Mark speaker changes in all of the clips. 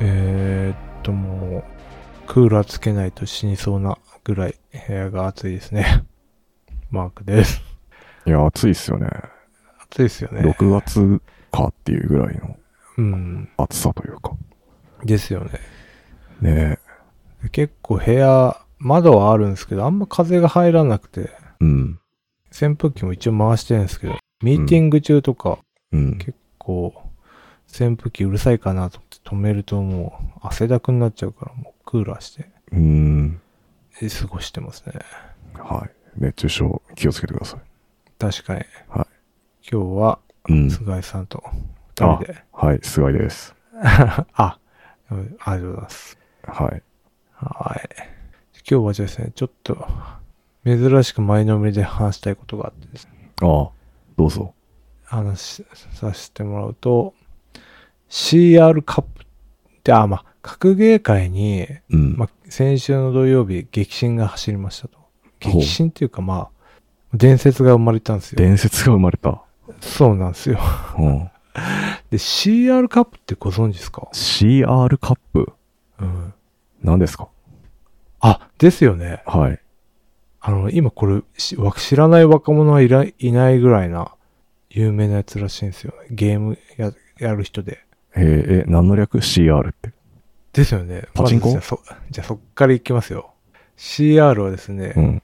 Speaker 1: えーっと、もう、クーラーつけないと死にそうなぐらい部屋が暑いですね。 マークです。
Speaker 2: いや、暑いっすよね。
Speaker 1: 暑いですよね。
Speaker 2: 6月かっていうぐらいの
Speaker 1: うん。
Speaker 2: 暑さというか。
Speaker 1: ですよね。
Speaker 2: ねえ。
Speaker 1: 結構部屋、窓はあるんですけど、あんま風が入らなくて、
Speaker 2: うん。
Speaker 1: 扇風機も一応回してるんですけど、ミーティング中とか、
Speaker 2: うん。
Speaker 1: 結構、扇風機うるさいかなと思って止めるともう汗だくになっちゃうから、もうクーラーして、
Speaker 2: うーん。
Speaker 1: え過ごしてますね。
Speaker 2: はい。熱中症気をつけてください。
Speaker 1: 確かに。
Speaker 2: は
Speaker 1: 今日は、
Speaker 2: うん。
Speaker 1: 菅井さんと二人で。
Speaker 2: はい、菅井です。
Speaker 1: ああ、ありがとうございます。
Speaker 2: はい。
Speaker 1: はい。今日はですね、ちょっと、珍しく前のめりで話したいことがあってですね、
Speaker 2: ああ、どうぞ。
Speaker 1: 話しさせてもらうと、CR カップって、あ、まあ、格ゲー界に、
Speaker 2: うん。
Speaker 1: まあ、先週の土曜日、激震が走りましたと。
Speaker 2: ほう
Speaker 1: 激震っていうか、まあ、伝説が生まれたんですよ。
Speaker 2: 伝説が生まれた。
Speaker 1: そうなんですよ。
Speaker 2: うん。
Speaker 1: で、CR カップってご存知ですか
Speaker 2: CR カップ。
Speaker 1: うん。
Speaker 2: 何ですか
Speaker 1: あ、ですよね。
Speaker 2: はい。
Speaker 1: あの、今これ、しわ知らない若者はいらいないぐらいな、有名なやつらしいんですよね。ゲームややる人で。
Speaker 2: えーえ、何の略 ?CR って。
Speaker 1: ですよね。
Speaker 2: パチンコ
Speaker 1: まずじゃあそじゃあそっから行きますよ。CR はですね、
Speaker 2: うん。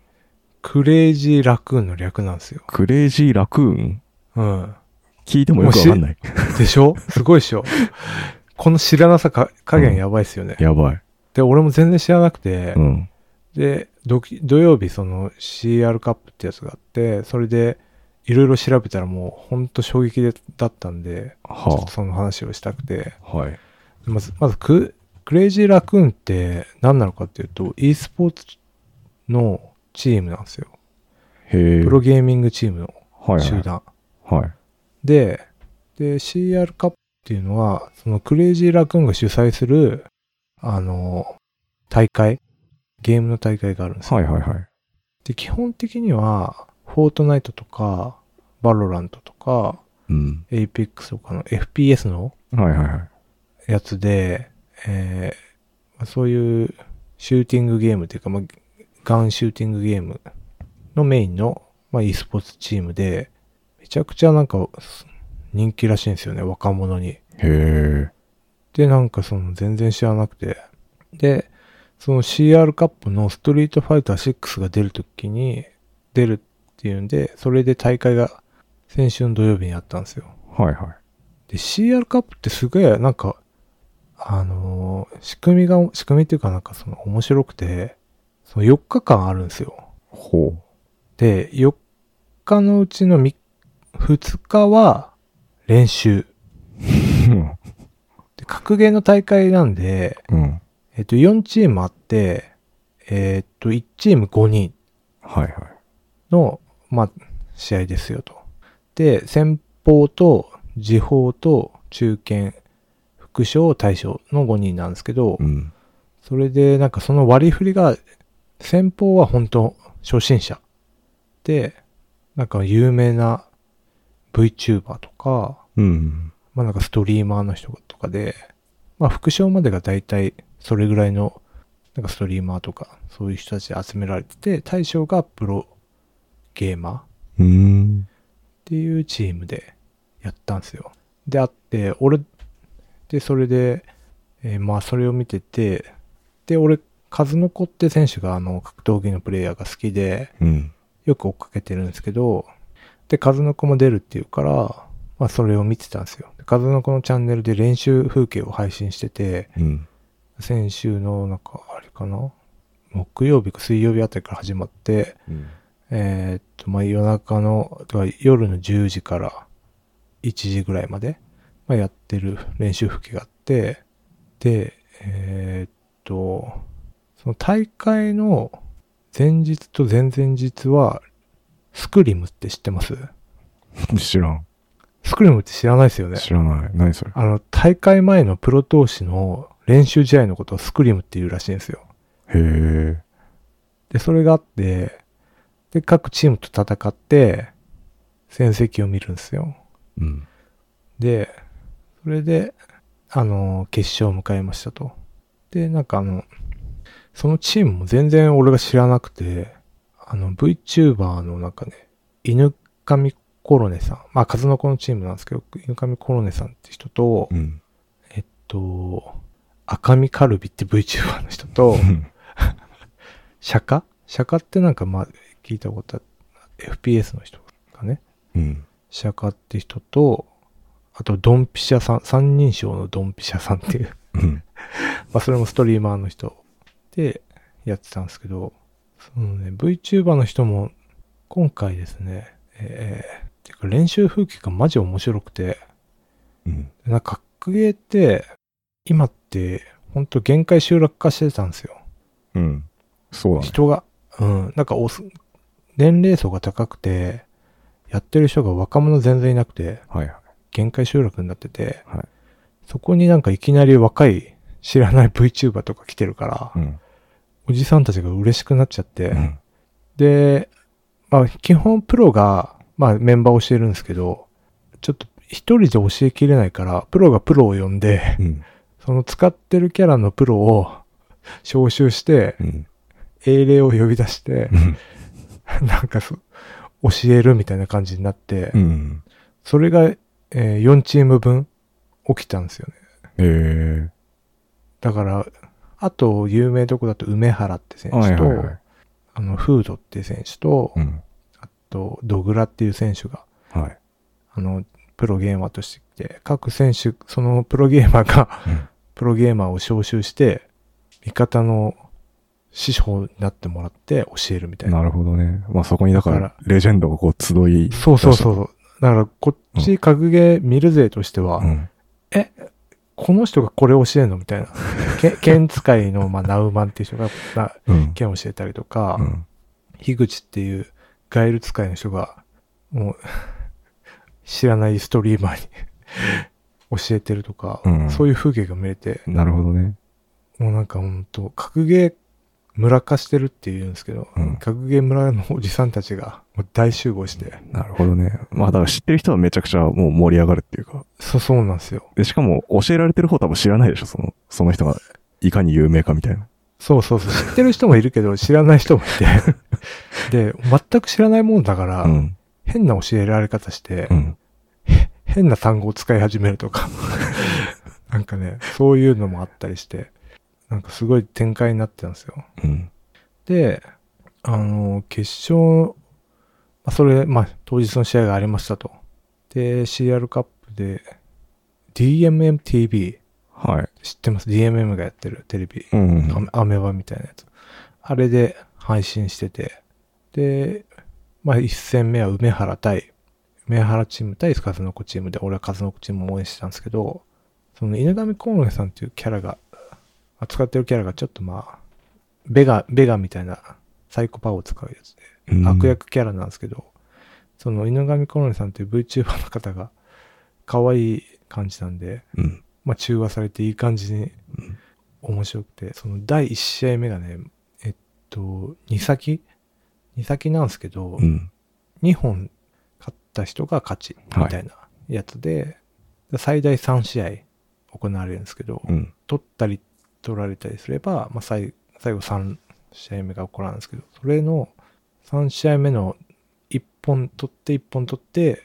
Speaker 1: クレイジーラクーンの略なんですよ。
Speaker 2: クレイジーラクーン
Speaker 1: うん。
Speaker 2: 聞いてもよくわかんない。
Speaker 1: でしょすごいでしょこの知らなさか加減やばいっすよね。
Speaker 2: やばい。
Speaker 1: で、俺も全然知らなくて、
Speaker 2: うん。
Speaker 1: で、土土曜日その CR カップってやつがあって、それでいろいろ調べたらもうほんと衝撃でだったんで、ちょっ
Speaker 2: は
Speaker 1: とその話をしたくて、
Speaker 2: あ。はい。
Speaker 1: まず、まずククレイジーラクーンって何なのかっていうと、e スポーツのチームなんですよ。
Speaker 2: へえ。
Speaker 1: プロゲーミングチームの
Speaker 2: はいはい
Speaker 1: 集団。
Speaker 2: はい。
Speaker 1: で、で、CR カップっていうのは、そのクレイジーラクーンが主催する、あの、大会、ゲームの大会があるんですよ。
Speaker 2: はいはいはい。
Speaker 1: で、基本的には、フォートナイトとか、バロラントとか、
Speaker 2: うん。
Speaker 1: エイペックスとかの FPS の
Speaker 2: はいはいはい。
Speaker 1: やつで、えーまあそういうシューティングゲームっていうか、まあ、ガンシューティングゲームのメインの、まあ、e スポーツチームで、めちゃくちゃなんか人気らしいんですよね、若者に。
Speaker 2: へえ。
Speaker 1: で、なんかその全然知らなくて。で、その CR カップのストリートファイター6が出るときに、出るっていうんで、それで大会が先週の土曜日にあったんですよ。
Speaker 2: はいはい。
Speaker 1: で、CR カップってすげえ、なんか、あのー仕組みが、仕組みっていうかなんかその面白くて、その4日間あるんですよ。
Speaker 2: ほ
Speaker 1: で、4日のうちのみ2日は練習。
Speaker 2: う。
Speaker 1: で、格ゲーの大会なんで、
Speaker 2: うん。
Speaker 1: えっと、4チームあって、えっと、1チーム5人
Speaker 2: はいはい。
Speaker 1: の、まあ、試合ですよと。で、先方と時報と中堅、副将、大将の5人なんですけど、
Speaker 2: うん。
Speaker 1: それで、なんかその割り振りが、先方は本当初心者。で、なんか有名な VTuber とか、
Speaker 2: うん。
Speaker 1: まあなんかストリーマーの人とかで、まあ副賞までが大体それぐらいの、なんかストリーマーとか、そういう人たちで集められてて、大賞がプロゲーマーっ
Speaker 2: うん。
Speaker 1: ていうチームでやったんですよ。で、あって、俺、で、それで、えーまあそれを見てて、で、俺、数の子って選手があの格闘技のプレイヤーが好きで、
Speaker 2: うん。
Speaker 1: よく追っかけてるんですけど、で、数の子も出るっていうから、まあそれを見てたんですよ。で数の子のチャンネルで練習風景を配信してて、
Speaker 2: うん。
Speaker 1: 先週のなんか、あれかな木曜日か水曜日あたりから始まって、
Speaker 2: うん。
Speaker 1: えーっと、まあ夜中の、とか夜の10時から1時ぐらいまで、まあやってる練習風景があって、で、えーっと、その大会の前日と前々日は、スクリムって知ってます
Speaker 2: 知らん。
Speaker 1: スクリムって知らないですよね。
Speaker 2: 知らない。何それ。
Speaker 1: あの、大会前のプロ投手の練習試合のことをスクリムっていうらしいんですよ。
Speaker 2: へえ。
Speaker 1: で、それがあって、で、各チームと戦って、戦績を見るんですよ。
Speaker 2: うん。
Speaker 1: で、それで、あの、決勝を迎えましたと。で、なんかあの、そのチームも全然俺が知らなくて、あの、VTuber のなんかね、犬神コロネさん、まあ、数の子のチームなんですけど、犬神コロネさんって人と、
Speaker 2: うん。
Speaker 1: えっと、赤身カルビって VTuber の人と、釈迦釈迦ってなんかまあ、聞いたことある、FPS の人がね、
Speaker 2: うん。
Speaker 1: 釈迦って人と、あと、ドンピシャさん、三人称のドンピシャさんっていう、
Speaker 2: うん。
Speaker 1: まあ、それもストリーマーの人でやってたんですけど、そのね、VTuber の人も、今回ですね、えー、てか練習風景がマジ面白くて、
Speaker 2: うん。
Speaker 1: なんか格ゲーって、今って、ほんと限界集落化してたんですよ。
Speaker 2: うん。そうだね。
Speaker 1: 人が、うん、なんかおす、年齢層が高くて、やってる人が若者全然いなくて、
Speaker 2: はいは
Speaker 1: 限界集落になってて、
Speaker 2: はい
Speaker 1: そこになんかいきなり若い知らない VTuber とか来てるから、
Speaker 2: い。うん。
Speaker 1: おじさんたちが嬉しくなっちゃって、
Speaker 2: うん。
Speaker 1: で、まあ基本プロが、まあメンバー教えるんですけど、ちょっと一人じゃ教えきれないから、プロがプロを呼んで、
Speaker 2: うん。
Speaker 1: その使ってるキャラのプロを招集して
Speaker 2: う、ん。
Speaker 1: 英霊を呼び出して、
Speaker 2: うん
Speaker 1: なんかそう、教えるみたいな感じになって、
Speaker 2: うん。
Speaker 1: それが、えー4チーム分起きたんですよね。
Speaker 2: へえ。
Speaker 1: だから、あと、有名どこだと梅原って選
Speaker 2: はい
Speaker 1: 手と、
Speaker 2: はいはい。
Speaker 1: あの、フードって選手と、
Speaker 2: うん。
Speaker 1: あと、ドグラっていう選手が、
Speaker 2: はい。
Speaker 1: あの、プロゲーマーとして来て、各選手、そのプロゲーマーが、
Speaker 2: うん
Speaker 1: プロゲーマーを招集して、味方の師匠になってもらって教えるみたいな。
Speaker 2: なるほどね。まあそこにだか
Speaker 1: だ
Speaker 2: ら
Speaker 1: か、
Speaker 2: レジェンドがこう集い。
Speaker 1: そうそうそう。だから、こっち格ゲー見るぜとしては、
Speaker 2: うん。
Speaker 1: この人がこれ教えんのみたいな。け 剣使いの、まあ、ナウマンっていう人が、な
Speaker 2: うん。
Speaker 1: 剣を教えたりとか、
Speaker 2: うん。
Speaker 1: 樋口っていうガイル使いの人が、もう、 知らないストリーマーに 教えてるとか、
Speaker 2: うん
Speaker 1: そういう風景が見れて、
Speaker 2: なるほどね。
Speaker 1: もうなんかほんと、格ゲー村化してるって言うんですけど、
Speaker 2: うん
Speaker 1: 格ゲー村のおじさんたちがもう大集合して、
Speaker 2: なるほどね。まあだから知ってる人はめちゃくちゃもう盛り上がるっていうか。
Speaker 1: そ、そうなんですよ。
Speaker 2: で、しかも教えられてる方多分知らないでしょ、その、その人がいかに有名かみたいな。
Speaker 1: そうそうそう、知ってる人もいるけど、知らない人もい て、で、全く知らないもんだから、
Speaker 2: うん。
Speaker 1: 変な教えられ方して、
Speaker 2: うん。
Speaker 1: 変な単語を使い始めるとか、なんかね、そういうのもあったりして、なんかすごい展開になってたんですよ。
Speaker 2: うん。
Speaker 1: で、あの、決勝、まあ、それ、まあ、当日の試合がありましたと。で、CR カップで、DMMTV、
Speaker 2: はい。
Speaker 1: 知ってます ?DMM がやってるテレビ。
Speaker 2: うん。
Speaker 1: アメアメバみたいなやつ。あれで配信してて。で、まあ、一戦目は梅原対、梅原チーム対数の子チームで、俺は数の子チームを応援してたんですけど、その犬神コーネさんっていうキャラが、扱ってるキャラがちょっとまあ、ベガ、ベガみたいなサイコパワーを使うやつで、
Speaker 2: うん
Speaker 1: 悪。役キャラなんですけど、その犬神コーネさんっていう VTuber の方が、可愛い感じなんで、
Speaker 2: うん。
Speaker 1: まあ、中和されていい感じに
Speaker 2: うん
Speaker 1: 面白くて、その第1試合目がね、えっと、2先 ?2 先なんですけど、
Speaker 2: うん。
Speaker 1: 2本勝った人が勝ち、みたいなやつで、最大3試合行われるんですけど、
Speaker 2: うん。
Speaker 1: 取ったり取られたりすれば、まあ、最最後3試合目が起こらんですけど、それの3試合目の1本取って1本取って、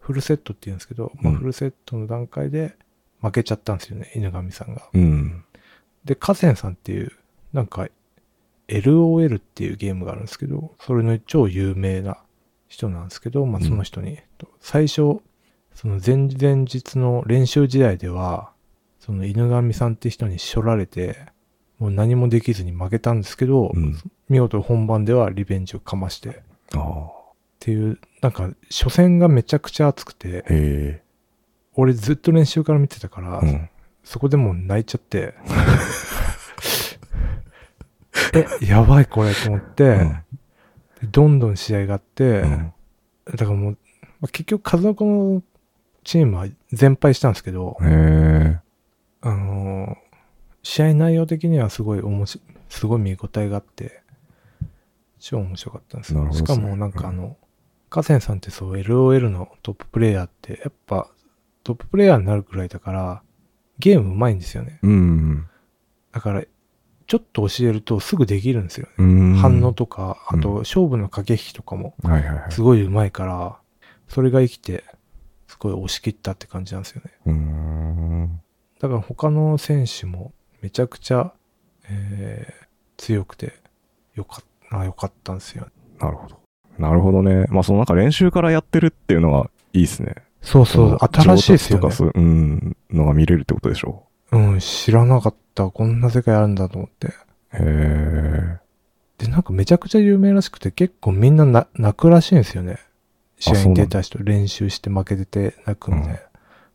Speaker 1: フルセットって言うんですけど、まあ、
Speaker 2: うん
Speaker 1: フルセットの段階で負けちゃったんですよね、犬神さんが。
Speaker 2: うん。
Speaker 1: で、河川さんっていう、なんか、LOL っていうゲームがあるんですけど、それの超有名な人なんですけど、まあ
Speaker 2: うん
Speaker 1: その人に、と最初、その前々日の練習試合では、その犬神さんって人にしょられて、もう何もできずに負けたんですけど、
Speaker 2: うん
Speaker 1: 見事本番ではリベンジをかましてっ
Speaker 2: ああ。
Speaker 1: ていう、なんか初戦がめちゃくちゃ熱くて、
Speaker 2: へ
Speaker 1: 俺ずっと練習から見てたから、
Speaker 2: え。うん。
Speaker 1: そこでもう泣いちゃ って。え、やばいこれと思って、
Speaker 2: うん
Speaker 1: どんどん試合があって、
Speaker 2: うん。
Speaker 1: だからもう、まあ結局、数の子のチームは全敗したんですけど、
Speaker 2: へえ。
Speaker 1: あのー試合内容的にはすごい面白い、すごい見応えがあって、超面白かったんですよ
Speaker 2: なるほど
Speaker 1: し
Speaker 2: ですね
Speaker 1: かもなんかあの、河川さんってそう LOL のトッププレイヤーって、やっぱトッププレイヤーになるくらいだから、ゲームうまいんですよね。
Speaker 2: うん。
Speaker 1: だから、ちょっと教えるとすぐできるんですよね。
Speaker 2: うん。
Speaker 1: 反応とか、あと
Speaker 2: うん
Speaker 1: 勝負の駆け引きとかも
Speaker 2: はいはいはい。
Speaker 1: すごいうまいから、それが生きて、すごい押し切ったって感じなんですよね。
Speaker 2: うーん。
Speaker 1: だから他の選手もめちゃくちゃ、えー強くてよかった、あ良かったんですよ。
Speaker 2: なるほど。なるほどね。まあ、そのなんか練習からやってるっていうのがいいですね。
Speaker 1: そうそう、
Speaker 2: の
Speaker 1: 新しいですよ
Speaker 2: 上
Speaker 1: ね
Speaker 2: 達。とかそううん、のが見れるってことでしょ
Speaker 1: うん、知らなかった。こんな世界あるんだと思って。
Speaker 2: う。へえ。
Speaker 1: で、なんかめちゃくちゃ有名らしくて、結構みんなな泣くらしいんですよね。試合
Speaker 2: そう
Speaker 1: に
Speaker 2: なん
Speaker 1: 出
Speaker 2: だ
Speaker 1: た人、練習して負けてて泣くみたいな。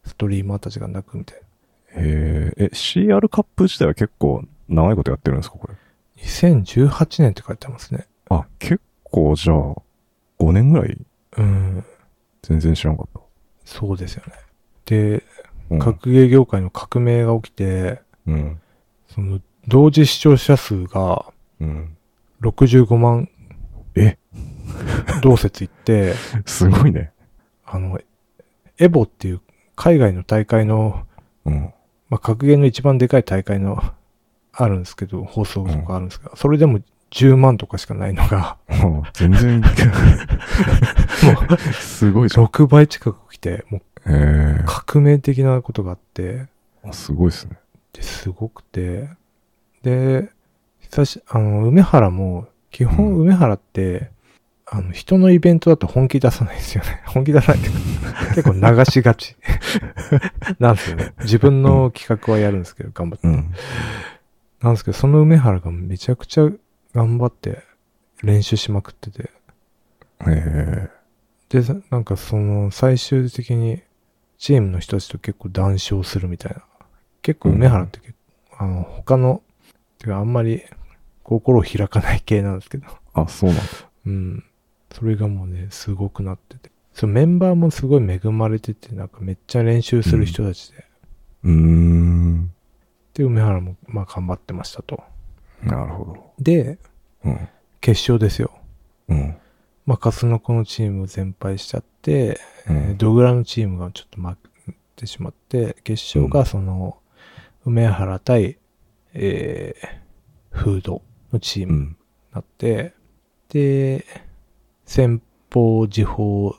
Speaker 1: ストリーマーたちが泣くみたいな。
Speaker 2: へえ。え、CR カップ自体は結構長いことやってるんですか、これ。
Speaker 1: 2018年って書いてますね。
Speaker 2: あ、結構じゃあ、5年ぐらい
Speaker 1: うん、
Speaker 2: 全然知らんかった。
Speaker 1: そうですよね。で、
Speaker 2: うん。
Speaker 1: 格ゲー業界の革命が起きて、
Speaker 2: うん。
Speaker 1: その、同時視聴者数が
Speaker 2: うん。
Speaker 1: 65万
Speaker 2: え、
Speaker 1: 同説行って、
Speaker 2: すごいね。
Speaker 1: あの、エボっていう海外の大会の、
Speaker 2: うん。
Speaker 1: まあ、格ゲーの一番でかい大会の、あるんですけど、放送とかあるんですけど、それでも10万とかしかないのが、
Speaker 2: 全然、
Speaker 1: もう
Speaker 2: すごいじゃん。
Speaker 1: 6倍近く来て、もう
Speaker 2: へ
Speaker 1: 革命的なことがあって、
Speaker 2: え。すごいですね。
Speaker 1: ですごくて、で、久し、あの、梅原も、基本
Speaker 2: うん
Speaker 1: 梅原って、あの、人のイベントだと本気出さないんですよね。 本気出さないっていうか、結構流しがち。なんですよね。自分の企画はやるんですけど、頑張って。
Speaker 2: うん。
Speaker 1: なんですけど、その梅原がめちゃくちゃ頑張って練習しまくってて。
Speaker 2: へえ。
Speaker 1: で、さなんかその、最終的にチームの人たちと結構談笑するみたいな。結構梅原って結構、あの、他の、てかあんまり心を開かない系なんですけど。
Speaker 2: あ、そうなんだ。
Speaker 1: うん。それがもうね、すごくなってて。そのメンバーもすごい恵まれてて、なんかめっちゃ練習する人たちで。
Speaker 2: うーん。
Speaker 1: で、梅原もまあ頑張ってましたと。
Speaker 2: なるほど。
Speaker 1: で、
Speaker 2: うん。
Speaker 1: 決勝ですよ。
Speaker 2: うん。
Speaker 1: まあ、カスノコのチームを全敗しちゃって、
Speaker 2: うん
Speaker 1: えードグラのチームがちょっと負けてしまって、決勝がその、梅原対、えー、フードのチー
Speaker 2: う
Speaker 1: ムに
Speaker 2: ん。
Speaker 1: なって、で、先方、時報、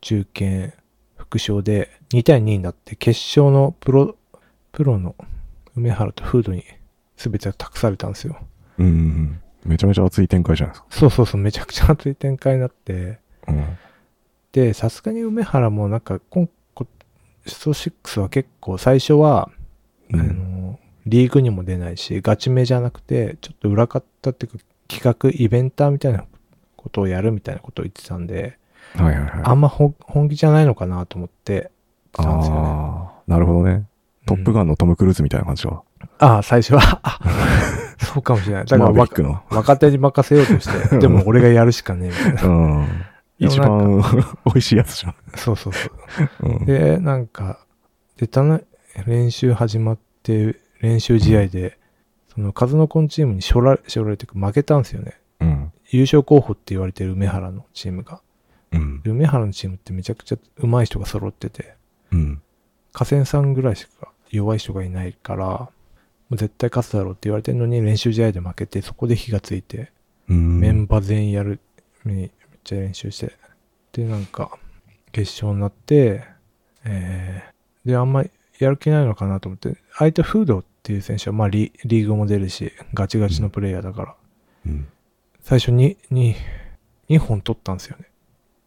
Speaker 1: 中堅、副将で2対2になって、決勝のプロ、プロの梅原とフードに全てが託されたんですよ。
Speaker 2: うん。めちゃめちゃ熱い展開じゃないですか。
Speaker 1: そうそうそう、めちゃくちゃ熱い展開になって、
Speaker 2: うん。
Speaker 1: で、さすがに梅原もなんか、今、こスト6は結構最初は、
Speaker 2: うん
Speaker 1: あの、リーグにも出ないし、ガチめじゃなくて、ちょっと裏方っていうか、企画、イベンターみたいなことをやるみたいなことを言ってたんで、
Speaker 2: はいはいはい。
Speaker 1: あんまほん本気じゃないのかなと思って、たんですよね。
Speaker 2: あーなるほどね。トップガンのトム・クルーズみたいな感じは。
Speaker 1: ああ、最初 は、あそうかもしれない。だ
Speaker 2: マ
Speaker 1: か
Speaker 2: ー
Speaker 1: ら
Speaker 2: ヴェリッ
Speaker 1: 若
Speaker 2: ク、の。
Speaker 1: 若手に任せようと して、でも俺がやるしかねえみたいな。
Speaker 2: うん。
Speaker 1: でも
Speaker 2: 一番 美味しいやつじゃん。
Speaker 1: そうそうそう。
Speaker 2: うん。
Speaker 1: で、なんか、で、たな、練習始まって、練習試合で、その、カズノコンチームにしょら、しょられてく、負けたんですよね。
Speaker 2: うん。
Speaker 1: 優勝候補って言われてる梅原のチームが。
Speaker 2: うん
Speaker 1: で。梅原のチームってめちゃくちゃ上手い人が揃ってて、
Speaker 2: うん。
Speaker 1: 河川さんぐらいしか弱い人がいないから、もう絶対勝つだろうって言われてるのに練習試合で負けて、そこで火がついて、
Speaker 2: うん
Speaker 1: メンバー全員やる、めめっちゃ練習して。で、なんか、決勝になって、えー、で、あんまやる気ないのかなと思って、相手フードっていう選手は、まあリ、リーグも出るし、ガチガチのプレイヤーだから、
Speaker 2: うん。
Speaker 1: 最初に、に、2本取ったんですよね。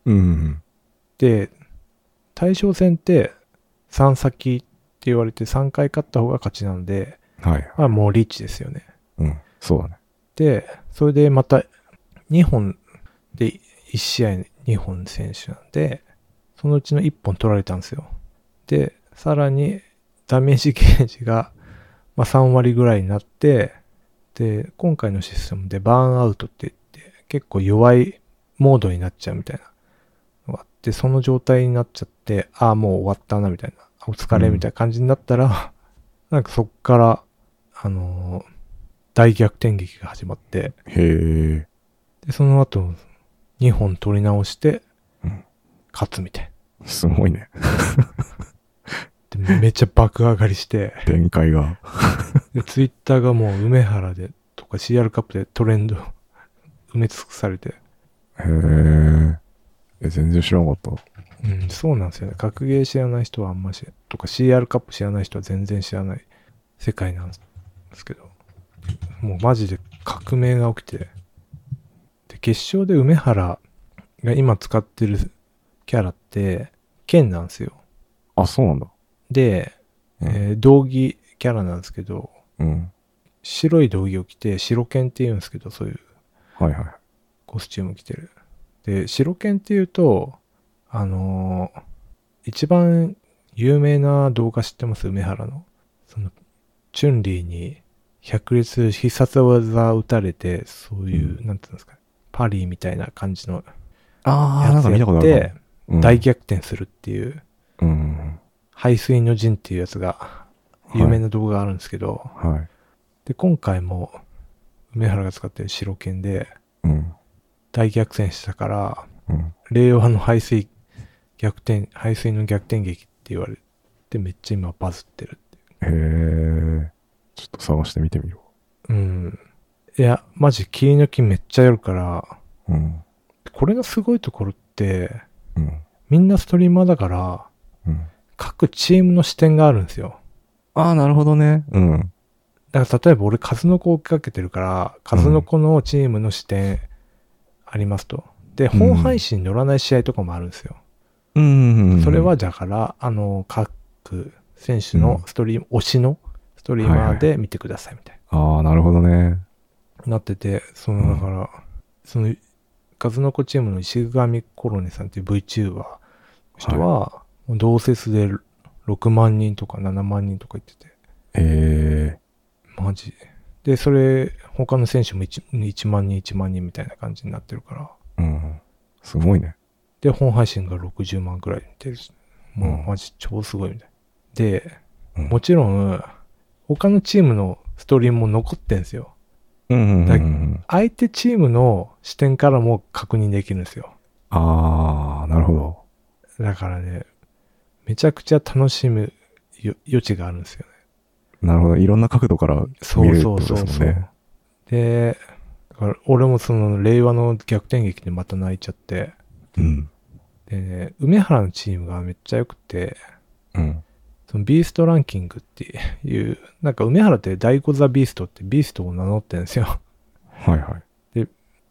Speaker 2: うん。
Speaker 1: で、対象戦って、3先って言われて、3回勝った方が勝ちなんで、
Speaker 2: はい。
Speaker 1: まあ、もうリーチですよね。
Speaker 2: うん。そうだね。
Speaker 1: で、それでまた2本で1試合に2本選手なんで、そのうちの1本取られたんですよ。で、さらにダメージゲージが、まあ、3割ぐらいになって、で、今回のシステムでバーンアウトって言って、結構弱いモードになっちゃうみたいなのがあって、その状態になっちゃって、ああ、もう終わったなみたいな、お疲れみたいな感じになったら、なんかそっから、あのー大逆転劇が始まって、
Speaker 2: へえ。
Speaker 1: で、その後、2本取り直して
Speaker 2: うん、
Speaker 1: 勝つみたい。
Speaker 2: すごいね。
Speaker 1: で、めっちゃ爆上がりして、
Speaker 2: 展開が。
Speaker 1: で、ツイッターがもう梅原でとか CR カップでトレンド 埋め尽くされて、
Speaker 2: へーえ。全然知らなかっ
Speaker 1: うん、そうなんですよね。格ゲー知らない人はあんまし、とか CR カップ知らない人は全然知らない世界なんですけど、もうマジで革命が起きて、で、決勝で梅原が今使ってるキャラって、剣なんですよ。
Speaker 2: た。あ、そうなんだ。
Speaker 1: で、
Speaker 2: うん
Speaker 1: えー道着キャラなんですけど、
Speaker 2: うん。
Speaker 1: 白い道着を着て、白剣って言うんですけど、そういう
Speaker 2: はいはい。
Speaker 1: コスチューム着てる。で、白剣っていうと、あのー一番有名な動画知ってます梅原の。その、チュンリーに百列必殺技撃たれて、そういう、
Speaker 2: う
Speaker 1: なんていうんですか、パリみたいな感じの
Speaker 2: あー、な
Speaker 1: や
Speaker 2: ん
Speaker 1: つ
Speaker 2: か見たこと
Speaker 1: や
Speaker 2: あ
Speaker 1: っ
Speaker 2: る
Speaker 1: て
Speaker 2: か、も。うん
Speaker 1: 大逆転するっていう、
Speaker 2: うん。
Speaker 1: 排水の陣っていうやつが、有名な動画があるんですけど、
Speaker 2: はい。
Speaker 1: で、今回も、梅原が使ってる白剣で、
Speaker 2: うん。
Speaker 1: 大逆転したから、
Speaker 2: うん。
Speaker 1: 令和の排水逆転、排水の逆転劇って言われて、めっちゃ今バズってるってい
Speaker 2: へーちょっと探してみてみよ
Speaker 1: う。うん。いや、マジ切り抜きめっちゃやるから、
Speaker 2: う。うん。
Speaker 1: これのすごいところって、
Speaker 2: うん。
Speaker 1: みんなストリーマーだから、
Speaker 2: うん。
Speaker 1: 各チームの視点があるんですよ。
Speaker 2: あー、なるほどね。うん。
Speaker 1: だから例えば俺数の子を追っかけてるから、数の子のチームの視点ありますと。で、
Speaker 2: ん
Speaker 1: 本配信乗らない試合とかもあるんですよ。
Speaker 2: うん。
Speaker 1: それは、だから、あの、各選手のストリーム、推しのストリーマーで見てくださいみたい
Speaker 2: あー、なるほどね。
Speaker 1: な、なってて、そうの、
Speaker 2: ん
Speaker 1: だから、その、数の子チームの石上コロネさんっていう VTuber の人は、もう同節で6万人とか7万人とか言ってて、
Speaker 2: え
Speaker 1: マジで。で、それ、他の選手も 1, 1万人、1万人みたいな感じになってるから、
Speaker 2: ー。うん。すごいね。
Speaker 1: で、本配信が60万くらい見てるし、も
Speaker 2: うん
Speaker 1: うマジ超すごいみたい。で、
Speaker 2: うん
Speaker 1: もちろん、他のチームのストーリーも残ってんですよ。
Speaker 2: うんうんうん
Speaker 1: だ
Speaker 2: うん。
Speaker 1: 相手チームの視点からも確認できるんですよ。
Speaker 2: あー、なるほど。
Speaker 1: だからね、めちゃくちゃ楽しむよ余地があるんですよね。
Speaker 2: なるほど。いろんな角度から
Speaker 1: そ
Speaker 2: 見
Speaker 1: う
Speaker 2: れるって
Speaker 1: そ
Speaker 2: こ
Speaker 1: う
Speaker 2: と
Speaker 1: そう
Speaker 2: です
Speaker 1: そ
Speaker 2: もん
Speaker 1: う
Speaker 2: ね。。
Speaker 1: で、だから俺もその令和の逆転劇でまた泣いちゃって、
Speaker 2: うん。
Speaker 1: でね、梅原のチームがめっちゃ良くて、
Speaker 2: うん。
Speaker 1: そのビーストランキングっていう、なんか梅原って第5ザビーストってビーストを名乗ってるんですよ。
Speaker 2: はいはい。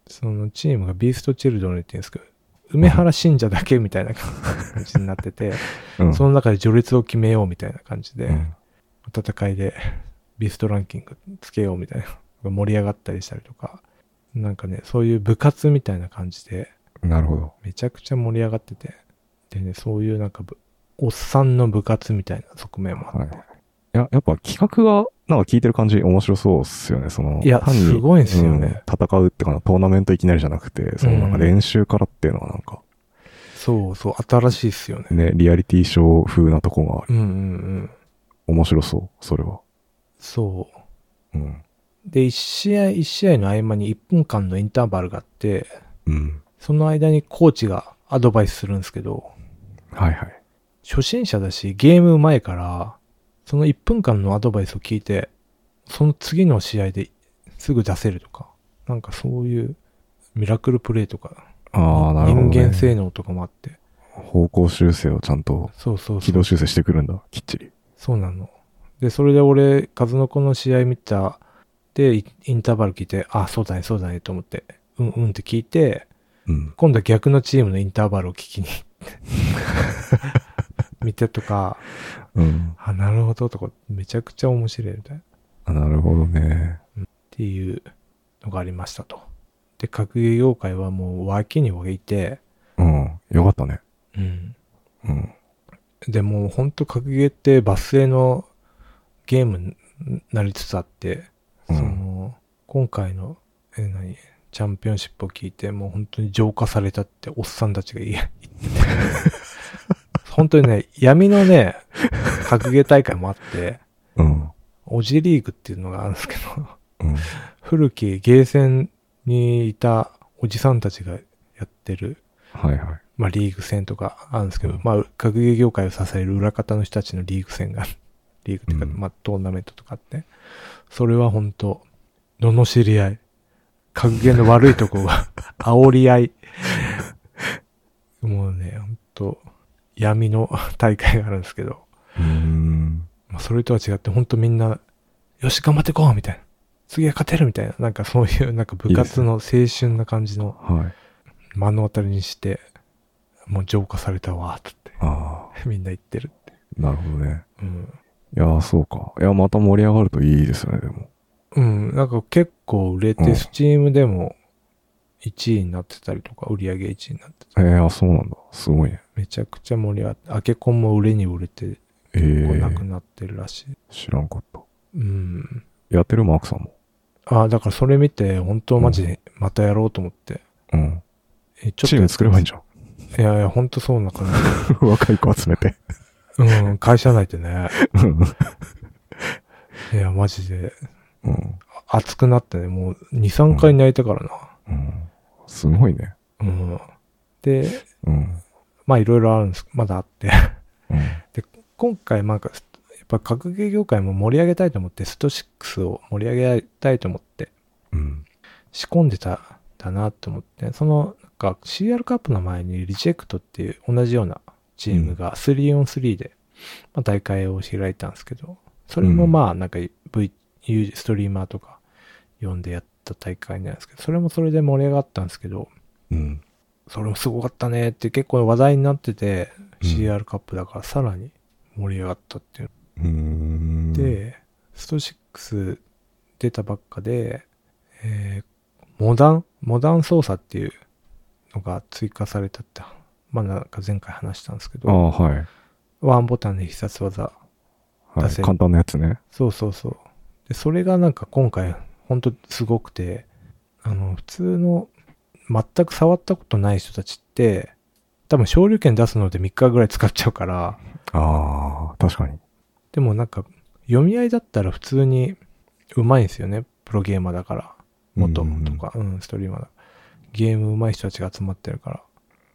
Speaker 1: そのチームがビーストチルドレンって言うんですけど、梅原信者だけみたいな感じになってて、
Speaker 2: うん。
Speaker 1: その中で序列を決めようみたいな感じで、
Speaker 2: うん
Speaker 1: 戦いでビーストランキングつけようみたいなのが盛り上がったりしたりとか、なんかね、そういう部活みたいな感じで、
Speaker 2: なるほど。
Speaker 1: めちゃくちゃ盛り上がってて、でね、そういうなんかぶ、おっさんの部活みたいな側面もあって。
Speaker 2: はい。いや、やっぱ企画が、なんか聞いてる感じ面白そうっすよね。その、
Speaker 1: いや
Speaker 2: 単に
Speaker 1: すごいんすよね
Speaker 2: うん戦うってかな、トーナメントいきなりじゃなくて、そのなんか練習からっていうのはなんか、
Speaker 1: そうそう、新しいっすよね。
Speaker 2: ね、リアリティショー風なとこがある。
Speaker 1: うんうんうん。
Speaker 2: 面白そう、それは。
Speaker 1: そう。
Speaker 2: うん。
Speaker 1: で、一試合一試合の合間に1分間のインターバルがあって、
Speaker 2: うん。
Speaker 1: その間にコーチがアドバイスするんですけど、
Speaker 2: はいはい。
Speaker 1: 初心者だし、ゲーム前から、その1分間のアドバイスを聞いて、その次の試合ですぐ出せるとか、なんかそういうミラクルプレイとか、
Speaker 2: ああ、なるほど、ね。
Speaker 1: 人間性能とかもあって、
Speaker 2: 方向修正をちゃんと、
Speaker 1: そうそうそ
Speaker 2: 軌
Speaker 1: う。
Speaker 2: 道修正してくるんだ、きっちり。
Speaker 1: そうなの。で、それで俺、数の子の試合見た、で、イインターバル聞いて、あ、そうだね、そうだね、と思って、うんうんって聞いて、
Speaker 2: うん。
Speaker 1: 今度は逆のチームのインターバルを聞きに 見てとか、
Speaker 2: うん。
Speaker 1: あ、なるほどとか、めちゃくちゃ面白いみたいな。っ
Speaker 2: あなるほどね。
Speaker 1: ていうのがありましたと。で、格ゲー業界はもう脇に置いて、
Speaker 2: うん。よかったね。
Speaker 1: うん。
Speaker 2: うん。
Speaker 1: でもうほんと格ゲーってバスへのゲームになりつつあって、
Speaker 2: うん
Speaker 1: その、今回の、え、何、チャンピオンシップを聞いて、もう本当に浄化されたっておっさんたちが言い言 ってて。本当にね、闇のね、格ゲー大会もあって、
Speaker 2: うん。
Speaker 1: オジリーグっていうのがあるんですけど、
Speaker 2: うん。
Speaker 1: 古きゲーセンにいたおじさんたちがやってる
Speaker 2: はいはい。
Speaker 1: まあリーグ戦とかあるんですけど、まあ学芸業界を支える裏方の人たちのリーグ戦が、 リーグっていうか、
Speaker 2: うん
Speaker 1: まあトーナメントとかって、それは本当罵り合い、格言の悪いとこ が、煽り合い。もうね、本当闇の大会があるんですけど、
Speaker 2: うん。
Speaker 1: まあ、それとは違って、本当みんな、よし、頑張ってこうみたいな。次は勝てるみたいな。なんかそういう、なんか部活の青春な感じの
Speaker 2: はい。
Speaker 1: 目の当たりにして、もう浄化されたわ、つって。
Speaker 2: ああ、
Speaker 1: みんな言ってるって。
Speaker 2: なるほどね。
Speaker 1: うん。
Speaker 2: いやー、そうか。いや、また盛り上がるといいですよね、でも。
Speaker 1: うん。なんか結構売れ
Speaker 2: う
Speaker 1: て、
Speaker 2: ん
Speaker 1: スチームでも1位になってたりとか、売り上げ1位になってたり。
Speaker 2: えー、あ、そうなんだ。すごいね。
Speaker 1: めちゃくちゃ盛り上がって、アケコンも売れに売れて、
Speaker 2: え
Speaker 1: 結構なく
Speaker 2: ー、
Speaker 1: なってるらしい。
Speaker 2: 知らんかった。
Speaker 1: うん。
Speaker 2: やってるマークさんも。
Speaker 1: ああ、だからそれ見て、本当マジでまたやろうと思って。
Speaker 2: うん。
Speaker 1: え、ちょっ
Speaker 2: チーム作ればいいん
Speaker 1: じ
Speaker 2: じゃん。
Speaker 1: ゃん。いやいや、本当そうな感じ。
Speaker 2: 若い子集めて。
Speaker 1: うん、会社内でね。
Speaker 2: うん。
Speaker 1: いや、マジで、
Speaker 2: うん。
Speaker 1: あ熱くなってね、もう2、3回泣いたから
Speaker 2: うん。すごいね。
Speaker 1: な。うん。で、
Speaker 2: うん。
Speaker 1: まあいろいろあるんです、まだあって。
Speaker 2: うん。
Speaker 1: 今回なんか、やっぱ格ゲー業界も盛り上げたいと思って、スト6を盛り上げたいと思って、
Speaker 2: うん。
Speaker 1: 仕込んでたんだなと思って、その、なんか CR カップの前にリジェクトっていう同じようなチームが 3on3 で、まあ、大会を開いたんですけど、それもまあなんか V、U ストリーマーとか呼んでやった大会なんですけど、それもそれで盛り上がったんですけど、
Speaker 2: うん。
Speaker 1: それもすごかったねって結構話題になってて、
Speaker 2: うん
Speaker 1: CR カップだからさらに盛り上がったっていう
Speaker 2: うん。
Speaker 1: で、スト6出たばっかで、えーモダン、モダン操作っていうのが追加されたって、まあなんか前回話したんですけ
Speaker 2: あ
Speaker 1: ど、
Speaker 2: あ、はい。
Speaker 1: ワンボタンで必殺技。
Speaker 2: は
Speaker 1: 出
Speaker 2: い。
Speaker 1: せる
Speaker 2: 簡単なやつね。
Speaker 1: そうそうそう。で、それがなんか今回、ほんとすごくて、あの、普通の、全く触ったことない人たちって、多分昇竜拳出すので3日ぐらい使っちゃうから、
Speaker 2: ああ、確かに。
Speaker 1: でもなんか、読み合いだったら普通に上手いんですよね。プロゲーマーだから。元とか、うん、ストリーマーだ。ゲーム上手い人たちが集まってるから。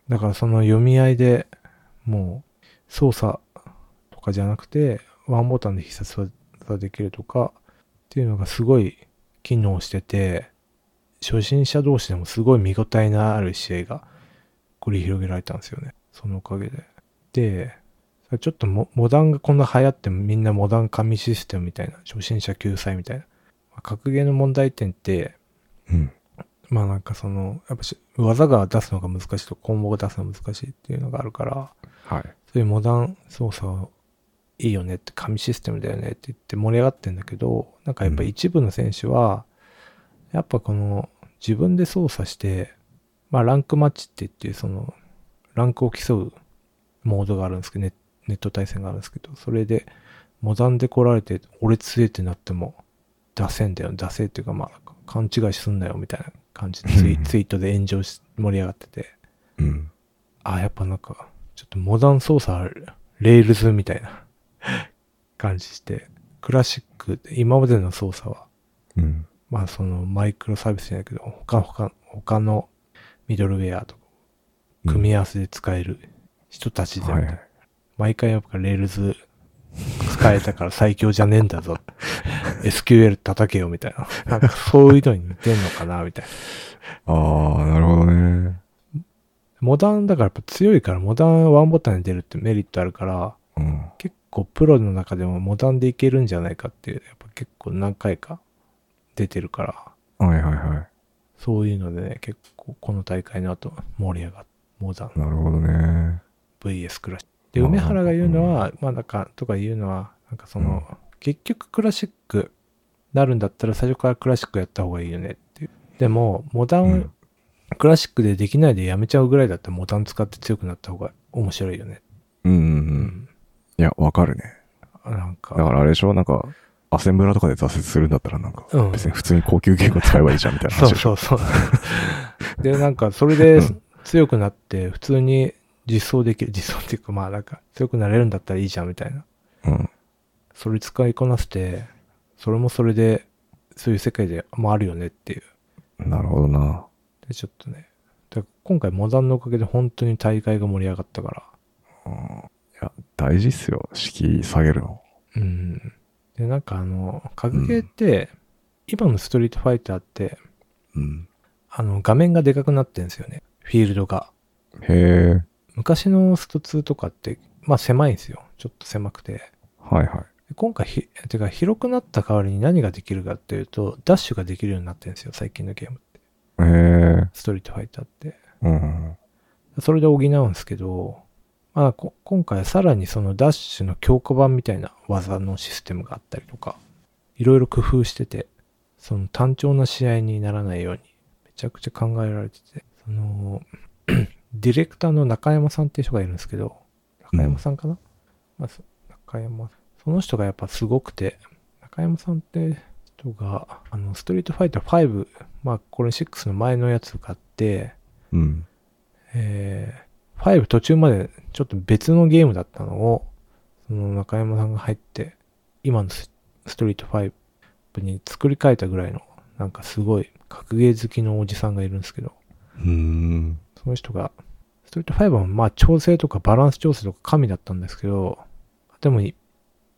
Speaker 1: だからその読み合いでもう操作とかじゃなくて、ワンボタンで必殺技できるとかっていうのがすごい機能してて、初心者同士でもすごい見応えのある試合が繰り広げられたんですよね。そのおかげで。で、ちょっとモモダンがこんな流行ってみんなモダン紙システムみたいな、初心者救済みたいな。格ゲーの問題点って、
Speaker 2: うん。
Speaker 1: まあなんかその、やっぱし技が出すのが難しいとコンボが出すのが難しいっていうのがあるから、
Speaker 2: はい。
Speaker 1: そういうモダン操作いいよねって、紙システムだよねって言って盛り上がってんだけど、なんかやっぱ一部の選手は、やっぱこの自分で操作して、まあランクマッチって言って、その、ランクを競うモードがあるんですけど、ネネット対戦があるんですけど、それで、モダンで来られて、俺強いってなっても、出せんだよ、出せっていうか、まあ、勘違いすんなよ、みたいな感じでツイ、ツイートで炎上し、盛り上がってて。
Speaker 2: うん。
Speaker 1: あ、やっぱなんか、ちょっとモダン操作、レールズみたいな 感じして、クラシックで、今までの操作は、
Speaker 2: うん。
Speaker 1: まあそのマイクロサービスじゃないけど、他、他、他のミドルウェアとか、組み合わせで使える人たちで、
Speaker 2: はいはい。
Speaker 1: 毎回やっぱレールズ使えたから 最強じゃねえんだ ぞ。SQL 叩けよみたいな。なんかそういうのに似てんのかな、みたいな。
Speaker 2: ああ、なるほどね。
Speaker 1: モダンだからやっぱ強いから、モダンワンボタンで出るってメリットあるから、
Speaker 2: うん。
Speaker 1: 結構プロの中でもモダンでいけるんじゃないかっていう、やっぱ結構何回か出てるから、
Speaker 2: はいはいは
Speaker 1: そういうのでね、結構この大会の後盛り上がって、モダン
Speaker 2: い。なるほどね。
Speaker 1: VS クラシック。で、
Speaker 2: まあ
Speaker 1: 梅原が言うのは、まあなんか、とか言うのは、なんかその、結局クラシックなるんだったら最初からクラシックやった方がいいよねっていう。でも、モダン、
Speaker 2: うん
Speaker 1: クラシックでできないでやめちゃうぐらいだったらモダン使って強くなった方が面白いよね。
Speaker 2: うんうんう。。
Speaker 1: うん
Speaker 2: いや、わかるね。
Speaker 1: なんか、
Speaker 2: だからあれでしょなんか、アセンブラとかで挫折するんだったらなんか
Speaker 1: うん、
Speaker 2: 別に普通に高級言語使えばいいじゃんみたいな
Speaker 1: そう
Speaker 2: 話でしょ。
Speaker 1: そうそう。 で、なんか、それで
Speaker 2: うん
Speaker 1: 強くなって、普通に実装できる、実装っていうか、まあなんか、強くなれるんだったらいいじゃんみたいな。
Speaker 2: うん。
Speaker 1: それ使いこなせて、それもそれで、そういう世界でもあるよねっていう。
Speaker 2: なるほどな。
Speaker 1: で、ちょっとね、だから今回モダンのおかげで本当に大会が盛り上がったから。
Speaker 2: うん。いや、大事っすよ。敷居下げるの。
Speaker 1: うん。で、なんかあの、格ゲーって、今のストリートファイターって、
Speaker 2: うん。
Speaker 1: あの、画面がでかくなってんですよね。フィールドが。
Speaker 2: へえ。
Speaker 1: 昔のスト2とかって、まあ狭いんですよ。ちょっと狭くて。
Speaker 2: はいはい。
Speaker 1: で今回ひ、てか広くなった代わりに何ができるかっていうと、ダッシュができるようになってるんですよ、最近のゲームって。
Speaker 2: へえ。
Speaker 1: ストリートファイターって。
Speaker 2: うん。
Speaker 1: それで補うんですけど、まあ、こ今回はさらにそのダッシュの強化版みたいな技のシステムがあったりとか、いろいろ工夫してて、その単調な試合にならないように、めちゃくちゃ考えられてて、その、 ディレクターの中山さんっていう人がいるんですけど、中山さんかな、まあそ中山、その人がやっぱすごくて、中山さんって人が、あの、ストリートファイター5、まあ、これ6の前のやつがあって、
Speaker 2: うん。
Speaker 1: えー、5途中までちょっと別のゲームだったのを、その中山さんが入って、今のスストリート5に作り変えたぐらいの、なんかすごい格ゲー好きのおじさんがいるんですけど、
Speaker 2: うん。
Speaker 1: その人が、ストリート5はまあ調整とかバランス調整とか神だったんですけど、でもい、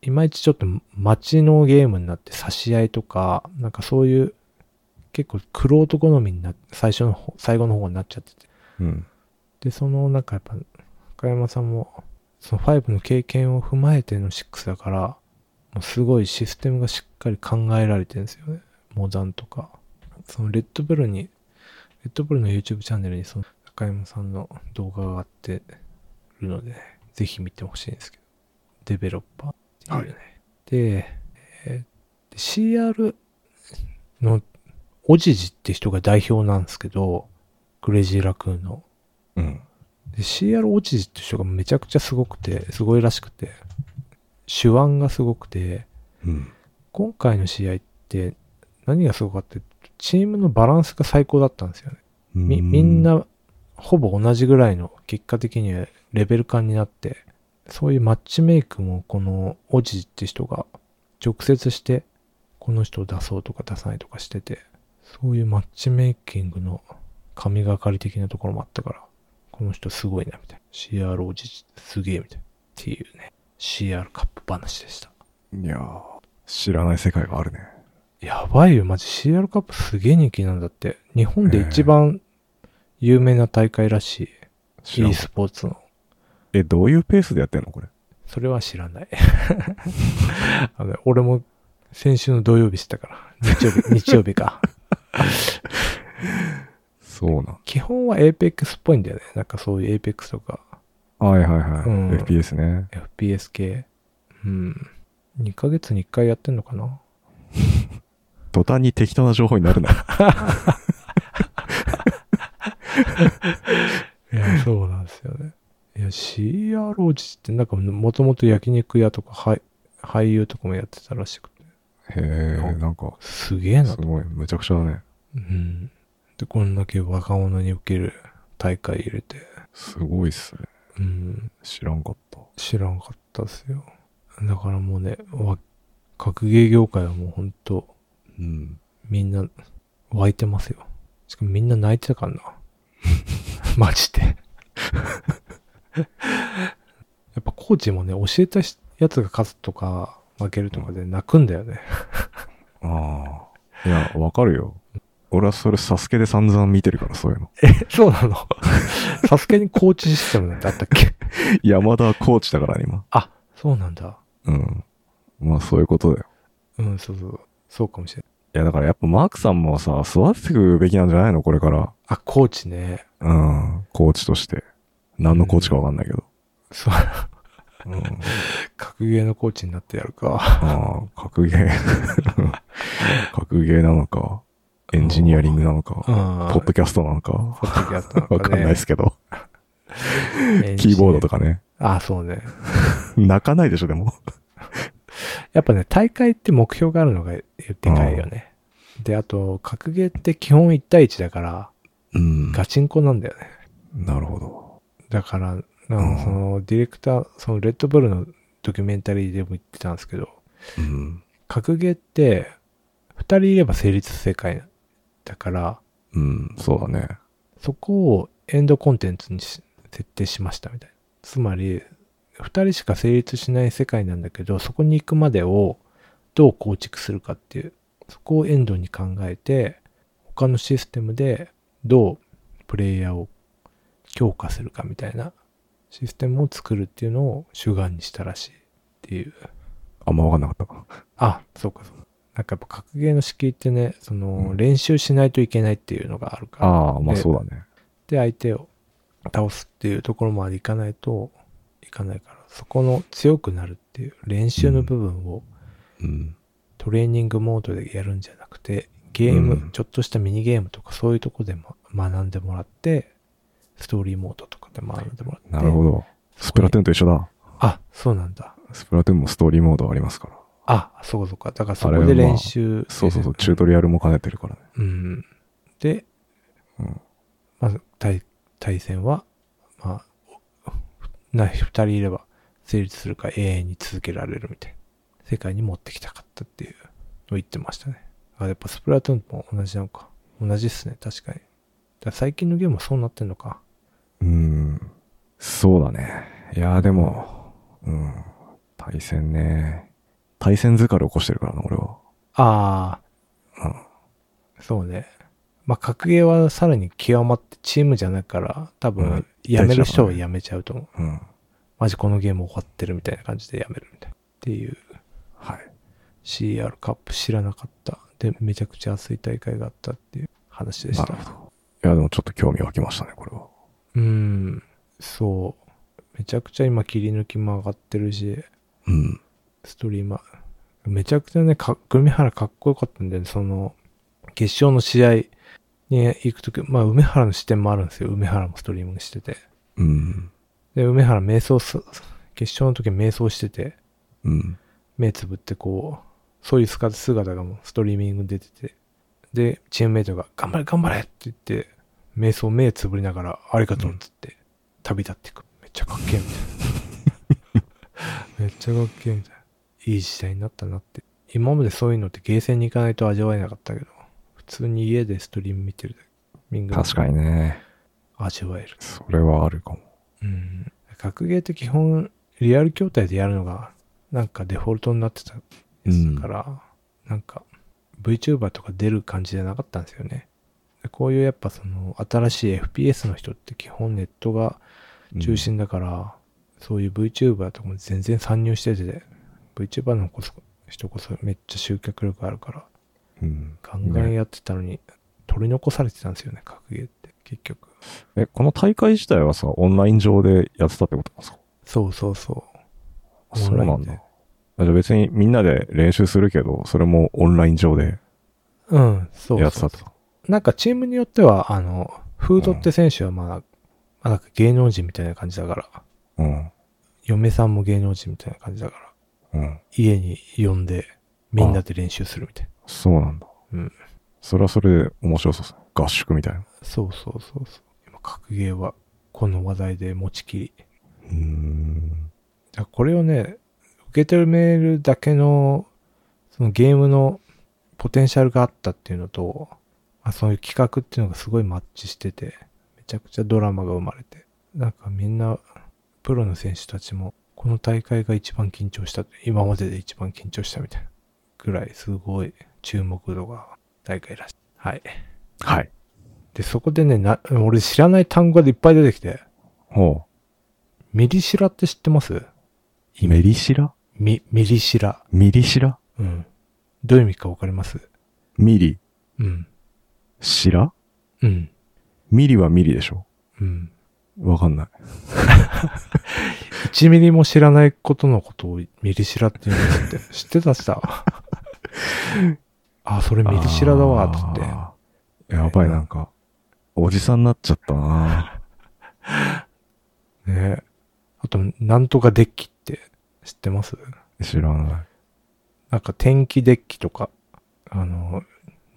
Speaker 1: いまいちちょっと街のゲームになって差し合いとか、なんかそういう、結構苦労と好みになって、最初の方、最後の方になっちゃってて、
Speaker 2: うん。
Speaker 1: で、その、なんかやっぱ、中山さんも、その5の経験を踏まえての6だから、もうすごいシステムがしっかり考えられてるんですよね。モダンとか。そのレッドブルに、レッドブルの YouTube チャンネルにその中山さんの動画が上がってるので、ぜひ見てほしいんですけど。デベロッパーっていうね。で、えーで CR のオジジって人が代表なんですけど、クレイジーラクーンの。
Speaker 2: うん。
Speaker 1: で、CR オチジって人がめちゃくちゃすごくて、すごいらしくて、手腕がすごくて、
Speaker 2: うん。
Speaker 1: 今回の試合って何がすごかったって、チームのバランスが最高だったんですよね。み、みん。な、ほぼ同じぐらいの、結果的にはレベル感になって、そういうマッチメイクも、この、オジジって人が、直接して、この人を出そうとか出さないとかしてて、そういうマッチメイキングの神がかり的なところもあったから、この人すごいな、みたいな。CR オジジすげえ、みたいな。っていうね、CR カップ話でした。
Speaker 2: いやー知らない世界があるね。
Speaker 1: やばいよ、マジ CR カップすげえ人気なんだって。日本で一番有名な大会らしい。
Speaker 2: 知ら
Speaker 1: e
Speaker 2: ん
Speaker 1: スポーツの。
Speaker 2: え、どういうペースでやってんのこれ。
Speaker 1: それは知らない。 あの俺も先週の土曜日したから。日曜日、 日曜日か。
Speaker 2: そうな。
Speaker 1: 基本は APEX っぽいんだよね。なんかそういう APEX とか
Speaker 2: はいはいはい。
Speaker 1: うん
Speaker 2: FPS ね。
Speaker 1: FPS 系。うん。2ヶ月に1回やってんのかな
Speaker 2: 途端に適当な情報になるな。
Speaker 1: いや、 そうなんですよね。いや、CRO 自ってなんかもともと焼肉屋とか俳俳優とかもやってたらしくて。
Speaker 2: へえ、なんか、
Speaker 1: すげえな
Speaker 2: すごい、むちゃくちゃだね。
Speaker 1: うん。で、こんだけ若者に受ける大会入れて。
Speaker 2: すごいっすね。
Speaker 1: うん。
Speaker 2: 知らんかった。
Speaker 1: 知らんかったっすよ。だからもうね、わ格ゲー業界はもうほんと、
Speaker 2: うん。
Speaker 1: みんな、湧いてますよ。しかもみんな泣いてたからな。 マジで。や っぱコーチもね、教えたしやつが勝つとか、負けるとかで泣くんだよね。
Speaker 2: ああ。いや、わかるよ。俺はそれ、サスケで散々見てるから、そういうの。
Speaker 1: そうなのサスケにコーチシステムなんてあったっけ
Speaker 2: 山田コーチだからね、今。
Speaker 1: あ、そうなんだ。
Speaker 2: うん。まあ、そういうことだよ。
Speaker 1: うん、そうそう。そうかもしれない。
Speaker 2: いや、だからやっぱマークさんもさ、育てていくべきなんじゃないのこれから。
Speaker 1: あ、コーチね。
Speaker 2: うん。コーチとして。何のコーチかわかんないけど。
Speaker 1: そう。
Speaker 2: うん。
Speaker 1: 格ゲーのコーチになってやるか。
Speaker 2: ああ、格ゲー。 格ゲーなのか、エンジニアリングなのか、ポ
Speaker 1: ポ
Speaker 2: ッドキャストなのか、
Speaker 1: ポッドキャスト
Speaker 2: わかんないですけど、キーボードと
Speaker 1: か
Speaker 2: かね。
Speaker 1: ね。ああ、そうね。
Speaker 2: 泣かないでしょ、でも。
Speaker 1: やっぱね、大会って目標があるのがでかいよね。で、あと、格ゲーって基本1対1だから、
Speaker 2: うん
Speaker 1: ガチンコなんだよね。
Speaker 2: なるほど。
Speaker 1: だから、なん
Speaker 2: うん
Speaker 1: その、ディレクター、その、レッドブルのドキュメンタリーでも言ってたんですけど、
Speaker 2: うん。
Speaker 1: 格ゲーって、2人いれば成立する世界だから、
Speaker 2: うん、そうだね。
Speaker 1: そこをエンドコンテンツにし設定しましたみたいな。つまり、二人しか成立しない世界なんだけど、そこに行くまでをどう構築するかっていう、そこをエンドに考えて、他のシステムでどうプレイヤーを強化するかみたいなシステムを作るっていうのを主眼にしたらしいっていう。
Speaker 2: あんまわかんなかった。
Speaker 1: あ、そうかそうか。なんかやっぱ格ゲーの敷居ってね、その
Speaker 2: うん
Speaker 1: 練習しないといけないっていうのがあるから、
Speaker 2: ああ、まあそうだね。
Speaker 1: で相手を倒すっていうところまでいかないといかないから、そこの強くなるっていう練習の部分を
Speaker 2: うん。
Speaker 1: トレーニングモードでやるんじゃなくて、ゲーム、
Speaker 2: うん
Speaker 1: ちょっとしたミニゲームとかそういうとこでも学んでもらって、ストーリーモードとかで学んでもらって。
Speaker 2: なるほど。スプラトゥーンと一緒だ。
Speaker 1: あ、そうなんだ。
Speaker 2: スプラトゥーンもストーリーモードありますから。
Speaker 1: あ、そうかそうか。だからそ
Speaker 2: あ
Speaker 1: こ
Speaker 2: れ
Speaker 1: で
Speaker 2: はまあ
Speaker 1: 練習。
Speaker 2: そうそうそう、チュートリアルも兼ねてるからね。
Speaker 1: うん。で、
Speaker 2: うん
Speaker 1: まず対対戦は、まあ、な二人いれば成立するから永遠に続けられるみたいな。世界に持ってきたかったっていうのを言ってましたね。あ、やっぱスプラトゥーンも同じなのか。同じっすね、確かに。だから最近のゲームはそうなってんのか。
Speaker 2: うん。そうだね。いやーでも、うん。対戦ね。対戦疲れ起こしてるからな、俺は。
Speaker 1: ああ、そうね。まあ、格ゲーはさらに極まってチームじゃないから、多
Speaker 2: う
Speaker 1: 分
Speaker 2: ん、
Speaker 1: やめる人はやめちゃうと思う。
Speaker 2: うん。うん。
Speaker 1: マジこのゲーム終わってるみたいな感じでやめるみたいな。っていう
Speaker 2: はい。
Speaker 1: CR カップ知らなかった。で、めちゃくちゃ熱い大会があったっていう話でし
Speaker 2: な
Speaker 1: た
Speaker 2: る。ほど。いや、でもちょっと興味湧きましたね、これは。
Speaker 1: うん、そう。めちゃくちゃ今切り抜きも上がってるし、
Speaker 2: うん。
Speaker 1: ストリーマー。めちゃくちゃね、か、梅原かっこよかったんだよね。その、決勝の試合に行くとき、まあ、梅原の視点もあるんですよ。梅原もストリーミングしてて。
Speaker 2: うん。
Speaker 1: で、梅原瞑想す、決勝の時瞑想してて、
Speaker 2: うん。
Speaker 1: 目つぶってこう、そういう姿がもうストリーミングに出てて、で、チームメイトが、頑張れ頑張れって言って、瞑想目つぶりながら、ありがとうっつって、旅立っていく。めっちゃかっけえみたい な。めっちゃかっけえみたいな。いい時代になったなって。今までそういうのってゲーセンに行かないと味わえなかったけど、普通に家でストリーム見てるだけ。みんな
Speaker 2: 確かにね。
Speaker 1: 味わえる。
Speaker 2: それはあるかも。
Speaker 1: うん。格ゲーって基本、リアル筐体でやるのが、なんかデフォルトになってたですから、なんか VTuber とか出る感じじゃなかったんですよね。でこういうやっぱその新しい FPS の人って基本ネットが中心だから、そういう VTuber とかも全然参入してて、VTuber のこそ人こそめっちゃ集客力あるから、
Speaker 2: うん。
Speaker 1: ガンガンやってたのに、取り残されてたんですよね、格ゲーって、結局。
Speaker 2: え、この大会自体はさ、オンライン上でやってたってことなんですか
Speaker 1: そうそうそう。
Speaker 2: そうな
Speaker 1: オン
Speaker 2: ん
Speaker 1: ライン
Speaker 2: だ。
Speaker 1: で
Speaker 2: あじゃあ別にみんなで練習するけど、それもオンライン上で
Speaker 1: うん、そうそう
Speaker 2: やってたってこと
Speaker 1: なんかチームによっては、あの、フードって選手はまだ、まだ芸能人みたいな感じだから、
Speaker 2: うん。
Speaker 1: 嫁さんも芸能人みたいな感じだから、
Speaker 2: うん。
Speaker 1: 家に呼んで、みんなで練習するみたいな。
Speaker 2: そうなんだ。
Speaker 1: うん。
Speaker 2: それはそれで面白そうですね。合宿みたいな。
Speaker 1: そうそうそうそう。今、格ゲーは、この話題で持ちきり。
Speaker 2: うーん。
Speaker 1: だからこれをね、受けてるメールだけの、そのゲームのポテンシャルがあったっていうのと、まあ、そういう企画っていうのがすごいマッチしてて、めちゃくちゃドラマが生まれて、なんかみんな、プロの選手たちも、この大会が一番緊張した、今までで一番緊張したみたいなぐらい、すごい注目度が大会らしい。はい。
Speaker 2: はい。
Speaker 1: で、そこでね、な俺知らない単語がいっぱい出てきて、
Speaker 2: ほ
Speaker 1: ミリシラって知ってます
Speaker 2: う。メリシラ
Speaker 1: ミ、ミリシラ。
Speaker 2: ミリシラ
Speaker 1: うん。どういう意味かわかります
Speaker 2: ミリ
Speaker 1: うん。
Speaker 2: シラ
Speaker 1: うん。
Speaker 2: ミリはミリでしょ
Speaker 1: うん。
Speaker 2: わかんない。
Speaker 1: 1ミリも知らないことのことをミリシラって言うんだって。知ってたさ。あ、それミリシラだわ、つって。
Speaker 2: あーやばい、なんか、おじさんになっちゃったな
Speaker 1: ねあと、なんとかデッキって知ってます
Speaker 2: 知らない。
Speaker 1: なんか天気デッキとか、あの、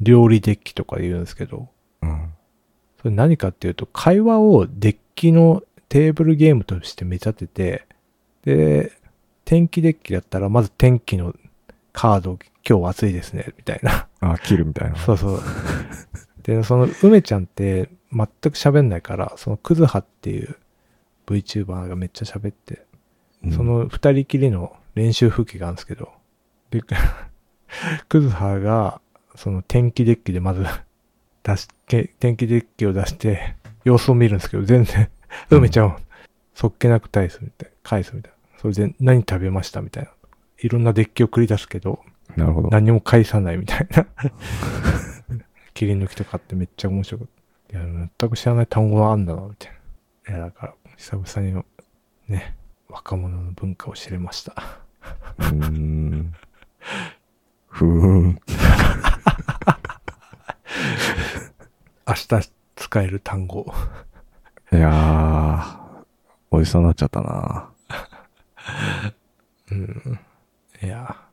Speaker 1: 料理デッキとか言うんですけど、
Speaker 2: うん。
Speaker 1: それ何かっていうと、会話をデッキのテーブルゲームとして目立てて、で、天気デッキだったら、まず天気のカード、今日暑いですね、みたいな。
Speaker 2: あ、切るみたいな。
Speaker 1: そうそう。で、その梅ちゃんって、全く喋んないから、そのクズハっていう VTuber がめっちゃ喋って、
Speaker 2: うん
Speaker 1: そ、の二人きりの練習風景があるんですけど、で、 クズハが、その天気デッキでまず 出し、け天気デッキを出して、様子を見るんですけど、全然、
Speaker 2: うん
Speaker 1: 梅ちゃんを、そっけなく返すみたいな、返すみたいな。それで、何食べましたみたいな。いろんなデッキを繰り出すけど、
Speaker 2: なるほど。
Speaker 1: 何も返さないみたいな。キリンの木とかってめっちゃ面白かった。いや、全く知らない単語があんだな、みたいな。いや、だから、久々に、ね、若者の文化を知れました。
Speaker 2: うーん。ふーん。
Speaker 1: 明日使える単語。
Speaker 2: いやー、おじさんになっちゃったな。
Speaker 1: うん。いや、っ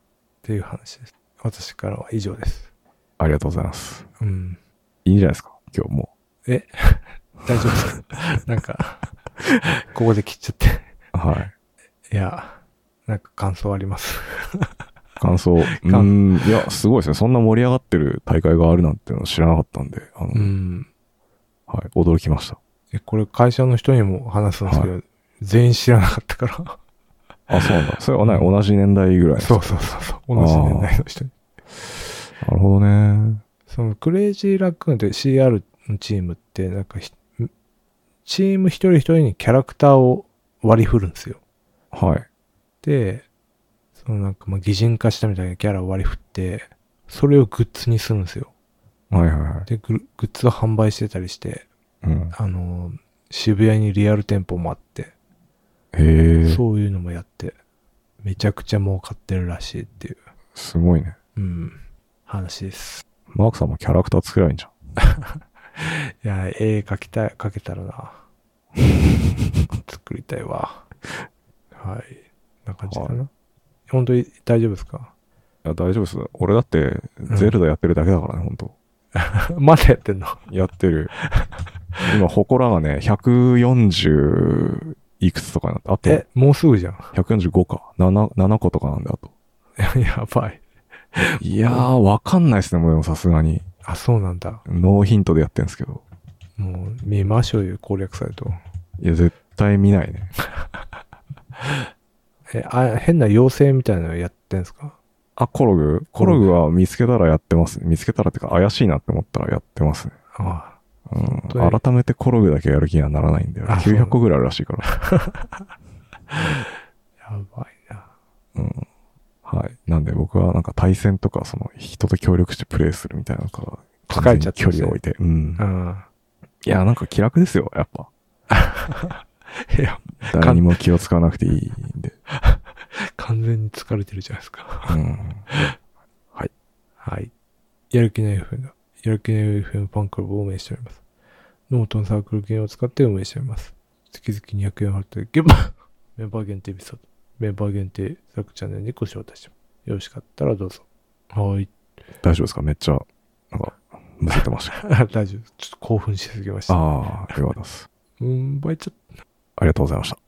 Speaker 1: ていう話です。私からは以上です。
Speaker 2: ありがとうございます。
Speaker 1: うん。
Speaker 2: いいんじゃないですか今日も
Speaker 1: え大丈夫ですかなんか、ここで切っちゃっ
Speaker 2: う。はい。
Speaker 1: て。いや、なんか感想あります。
Speaker 2: 感想。うーん。いや、すごいですね。そんな盛り上がってる大会があるなんての知らなかったんで、あの、
Speaker 1: うん。
Speaker 2: はい、驚きました。
Speaker 1: え、これ会社の人にも話すんですけど、全員知らなかったから。
Speaker 2: あ、そうなんだ。それはね、同じ年代ぐらいです
Speaker 1: そうそうそうそう。同じ年代の人に。
Speaker 2: なるほどね。
Speaker 1: そのクレイジーラックーンって CR のチームって、なんかひ、チーム一人一人にキャラクターを割り振るんですよ。
Speaker 2: はい。で、
Speaker 1: そのなんかまあ擬人化したみたいなキャラを割り振って、それをグッズにするんですよ。
Speaker 2: はいはいは
Speaker 1: で、グルグッズを販売してたりして、
Speaker 2: い。うん、
Speaker 1: あのー渋谷にリアル店舗もあって、
Speaker 2: へえ、
Speaker 1: そういうのもやって、めちゃくちゃ儲かってるらしいっていう、
Speaker 2: すごいね。
Speaker 1: うん、話です。
Speaker 2: マークさんもキャラクター作らないんじゃん。
Speaker 1: いや、絵描きたい、描けたらな。作りたいわ。はい。こんな感じかな。本当に大丈夫ですか
Speaker 2: いや、大丈夫です。俺だって、ゼルダやってるだけだからね、ほんと。
Speaker 1: まだやってんの
Speaker 2: やってる。今、祠がね、140いくつとかになって、あ
Speaker 1: え、もうすぐじゃん。
Speaker 2: と145か。7、7個とかなんで、あと。
Speaker 1: やばい。
Speaker 2: いやー、わかんないですね、もうでもさすがに。
Speaker 1: あ、そうなんだ。
Speaker 2: ノーヒントでやってるんですけど。
Speaker 1: もう見ましょうよ、攻略サイト。
Speaker 2: いや、絶対見ないね。
Speaker 1: え、あ、変な妖精みたいなのやってんすか
Speaker 2: あ、コログコログは見つけたらやってます。見つけたらってか、怪しいなって思ったらやってますね。
Speaker 1: あ
Speaker 2: う
Speaker 1: 当
Speaker 2: ん
Speaker 1: に
Speaker 2: 改めてコログだけやる気にはならないんだよ。
Speaker 1: あそう
Speaker 2: 900個ぐらいあるらしいから。
Speaker 1: あ、やばいな。
Speaker 2: うん。はい。なんで僕はなんか対戦とか、その人と協力してプレイするみたいなのから、
Speaker 1: 疲れちゃって
Speaker 2: 完全
Speaker 1: る
Speaker 2: に距離を置いて。うん。
Speaker 1: うん。
Speaker 2: いや、なんか気楽ですよ、やっぱ。
Speaker 1: いや、
Speaker 2: 誰にも気を使わなくていいんで。
Speaker 1: 完全に疲れてるじゃないですか。
Speaker 2: うん。
Speaker 1: はい。やる気ない FM だ。やる気ない FM ファンクラブを運営しております。ノートのサークル機能を使って運営しております。月々200円払って、ゲバ メンバー限定エピソード。メンバー限定サークルチャンネルにご招待してます。よろしかったらどうぞ。はい。
Speaker 2: 大丈夫ですかめっちゃ、なんか、むせて ましたけ
Speaker 1: 大丈夫です。ちょっと興奮しすぎまし
Speaker 2: ど。
Speaker 1: た。
Speaker 2: ああ、よかったです。
Speaker 1: うん、バイチャ
Speaker 2: ありがとうございました。